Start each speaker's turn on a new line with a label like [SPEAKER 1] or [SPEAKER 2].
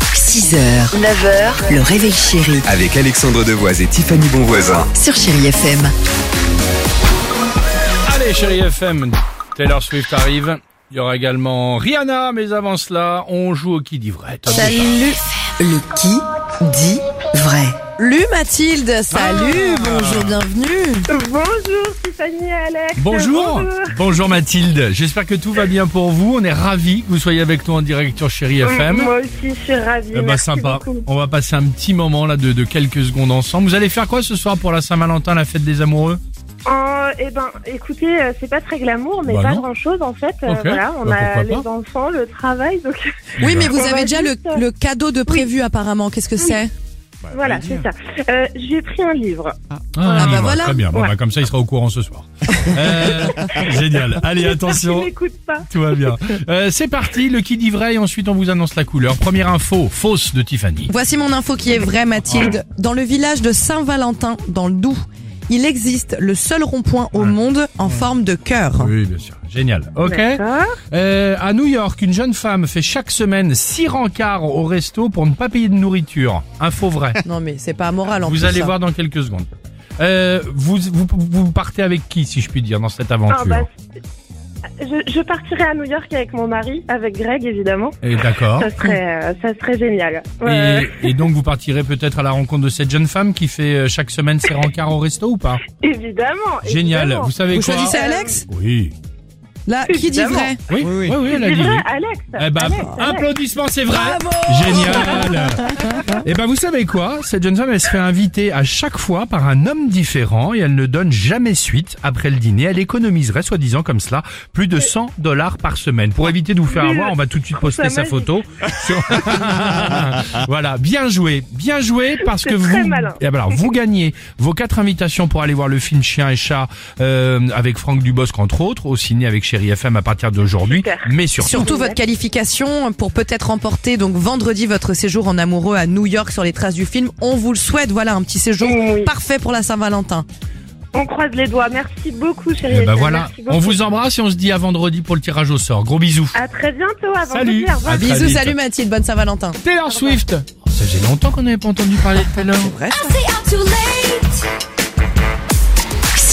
[SPEAKER 1] 6h, 9h, le réveil chéri
[SPEAKER 2] Avec Alexandre Devoise et Tiffany Bonvoisin.
[SPEAKER 1] sur Chéri FM.
[SPEAKER 3] Allez, chérie FM, Taylor Swift arrive. Il y aura également Rihanna, mais avant cela, on joue au qui dit vrai. Top départ.
[SPEAKER 1] Salut Le qui dit vrai.
[SPEAKER 4] Salut Mathilde, salut,
[SPEAKER 3] Ah.
[SPEAKER 4] bonjour, bienvenue.
[SPEAKER 5] Bonjour Tiffany et Alex.
[SPEAKER 3] Bonjour. Bonjour Mathilde. J'espère que tout va bien pour vous. On est ravis que vous soyez avec nous en direct sur Chérie FM.
[SPEAKER 5] Moi aussi, je suis ravie.
[SPEAKER 3] Eh ben,
[SPEAKER 5] merci
[SPEAKER 3] sympa.
[SPEAKER 5] beaucoup.
[SPEAKER 3] On va passer un petit moment là de, de quelques secondes ensemble. Vous allez faire quoi ce soir pour la Saint-Valentin, la fête des amoureux
[SPEAKER 5] Euh, eh ben, écoutez, euh, c'est pas très glamour, mais
[SPEAKER 3] Bah
[SPEAKER 5] pas
[SPEAKER 3] non.
[SPEAKER 5] grand chose en fait. Euh,
[SPEAKER 3] Ok.
[SPEAKER 5] Voilà, on
[SPEAKER 3] Bah,
[SPEAKER 5] a
[SPEAKER 3] pourquoi
[SPEAKER 5] les
[SPEAKER 3] pas.
[SPEAKER 5] enfants, le travail, donc
[SPEAKER 4] Oui, mais vous
[SPEAKER 5] On
[SPEAKER 4] avez
[SPEAKER 5] va
[SPEAKER 4] déjà le,
[SPEAKER 5] juste-
[SPEAKER 4] le cadeau de prévu apparemment, qu'est-ce que c'est
[SPEAKER 3] Bah,
[SPEAKER 5] voilà,
[SPEAKER 3] allez-y.
[SPEAKER 5] c'est ça. Euh, J'ai pris un livre.
[SPEAKER 3] Ah,
[SPEAKER 4] Ah, bah,
[SPEAKER 3] bah,
[SPEAKER 4] voilà.
[SPEAKER 3] Très bien. Bon,
[SPEAKER 5] Ouais.
[SPEAKER 3] bah, comme ça, il sera au courant ce soir. Euh, génial. Allez,
[SPEAKER 5] Il
[SPEAKER 3] attention.
[SPEAKER 5] m'écoute pas.
[SPEAKER 3] Tout va bien. Euh, c'est parti, le qui dit vrai, et ensuite on vous annonce la couleur. Première info, fausse de Tiffany.
[SPEAKER 4] Voici mon info qui est vraie Mathilde. Dans le village de Saint-Valentin, dans le Doubs, il existe le seul rond-point au monde en forme de cœur.
[SPEAKER 3] Oui, bien sûr. Génial. Ok.
[SPEAKER 5] D'accord.
[SPEAKER 3] Euh, à New York, une jeune femme fait chaque semaine six rencarts au resto pour ne pas payer de nourriture. Info vrai.
[SPEAKER 4] Non mais c'est pas moral en
[SPEAKER 3] vous
[SPEAKER 4] plus.
[SPEAKER 3] allez
[SPEAKER 4] ça.
[SPEAKER 3] voir dans quelques secondes. Euh, vous, vous, vous partez avec qui, si je puis dire, dans cette aventure
[SPEAKER 5] Ah, bah, je, je partirai à New York avec mon mari, avec Greg évidemment.
[SPEAKER 3] Eh, D'accord.
[SPEAKER 5] Ça serait, euh, ça serait génial. Ouais.
[SPEAKER 3] Et, et donc vous partirez peut-être à la rencontre de cette jeune femme qui fait euh, chaque semaine ses rencarts au resto ou pas
[SPEAKER 5] Évidemment.
[SPEAKER 3] Génial.
[SPEAKER 5] évidemment.
[SPEAKER 3] Vous savez
[SPEAKER 4] Vous
[SPEAKER 3] quoi
[SPEAKER 4] choisissez Alex
[SPEAKER 3] Oui.
[SPEAKER 4] Là, qui dit
[SPEAKER 5] Évidemment.
[SPEAKER 4] vrai
[SPEAKER 3] Oui, oui, oui, elle a
[SPEAKER 5] C'est
[SPEAKER 3] dit
[SPEAKER 5] vrai,
[SPEAKER 3] oui.
[SPEAKER 5] Alex.
[SPEAKER 3] Eh ben,
[SPEAKER 5] Alex, Alex.
[SPEAKER 3] applaudissements, c'est vrai.
[SPEAKER 4] Bravo
[SPEAKER 3] Génial. Eh ben, vous savez quoi Cette jeune femme, elle se fait inviter à chaque fois par un homme différent et elle ne donne jamais suite après le dîner. Elle économiserait, soi-disant comme cela, plus de 100 dollars par semaine. Pour éviter de vous faire
[SPEAKER 5] Mais
[SPEAKER 3] avoir,
[SPEAKER 5] je
[SPEAKER 3] on va tout de suite poster
[SPEAKER 5] ça
[SPEAKER 3] sa
[SPEAKER 5] magique.
[SPEAKER 3] photo. sur- voilà, bien joué, bien joué parce que
[SPEAKER 5] C'est
[SPEAKER 3] vous,
[SPEAKER 5] très malin.
[SPEAKER 3] Eh ben alors, vous gagnez vos quatre invitations pour aller voir le film Chien et Chat euh, avec Franck Dubosc entre autres, au ciné avec Chéri FM à partir d'aujourd'hui,
[SPEAKER 5] Super.
[SPEAKER 3] mais surtout.
[SPEAKER 4] Surtout votre qualification pour peut-être remporter donc vendredi votre séjour en amoureux à New York sur les traces du film. On vous le souhaite, voilà un petit séjour
[SPEAKER 5] Oui.
[SPEAKER 4] parfait pour la Saint-Valentin.
[SPEAKER 5] On croise les doigts. Merci beaucoup, chérie.
[SPEAKER 3] Eh ben
[SPEAKER 5] Estelle.
[SPEAKER 3] voilà,
[SPEAKER 5] Merci
[SPEAKER 3] on
[SPEAKER 5] beaucoup.
[SPEAKER 3] vous embrasse et on se dit à vendredi pour le tirage au sort. Gros bisous.
[SPEAKER 5] À très bientôt. Avant
[SPEAKER 3] Salut.
[SPEAKER 5] de dire, au revoir.
[SPEAKER 3] À très
[SPEAKER 4] Bisous,
[SPEAKER 3] vite.
[SPEAKER 4] salut Mathilde, bonne Saint-Valentin.
[SPEAKER 3] Taylor Swift. Oh, Ça faisait longtemps qu'on n'avait pas entendu parler de Taylor.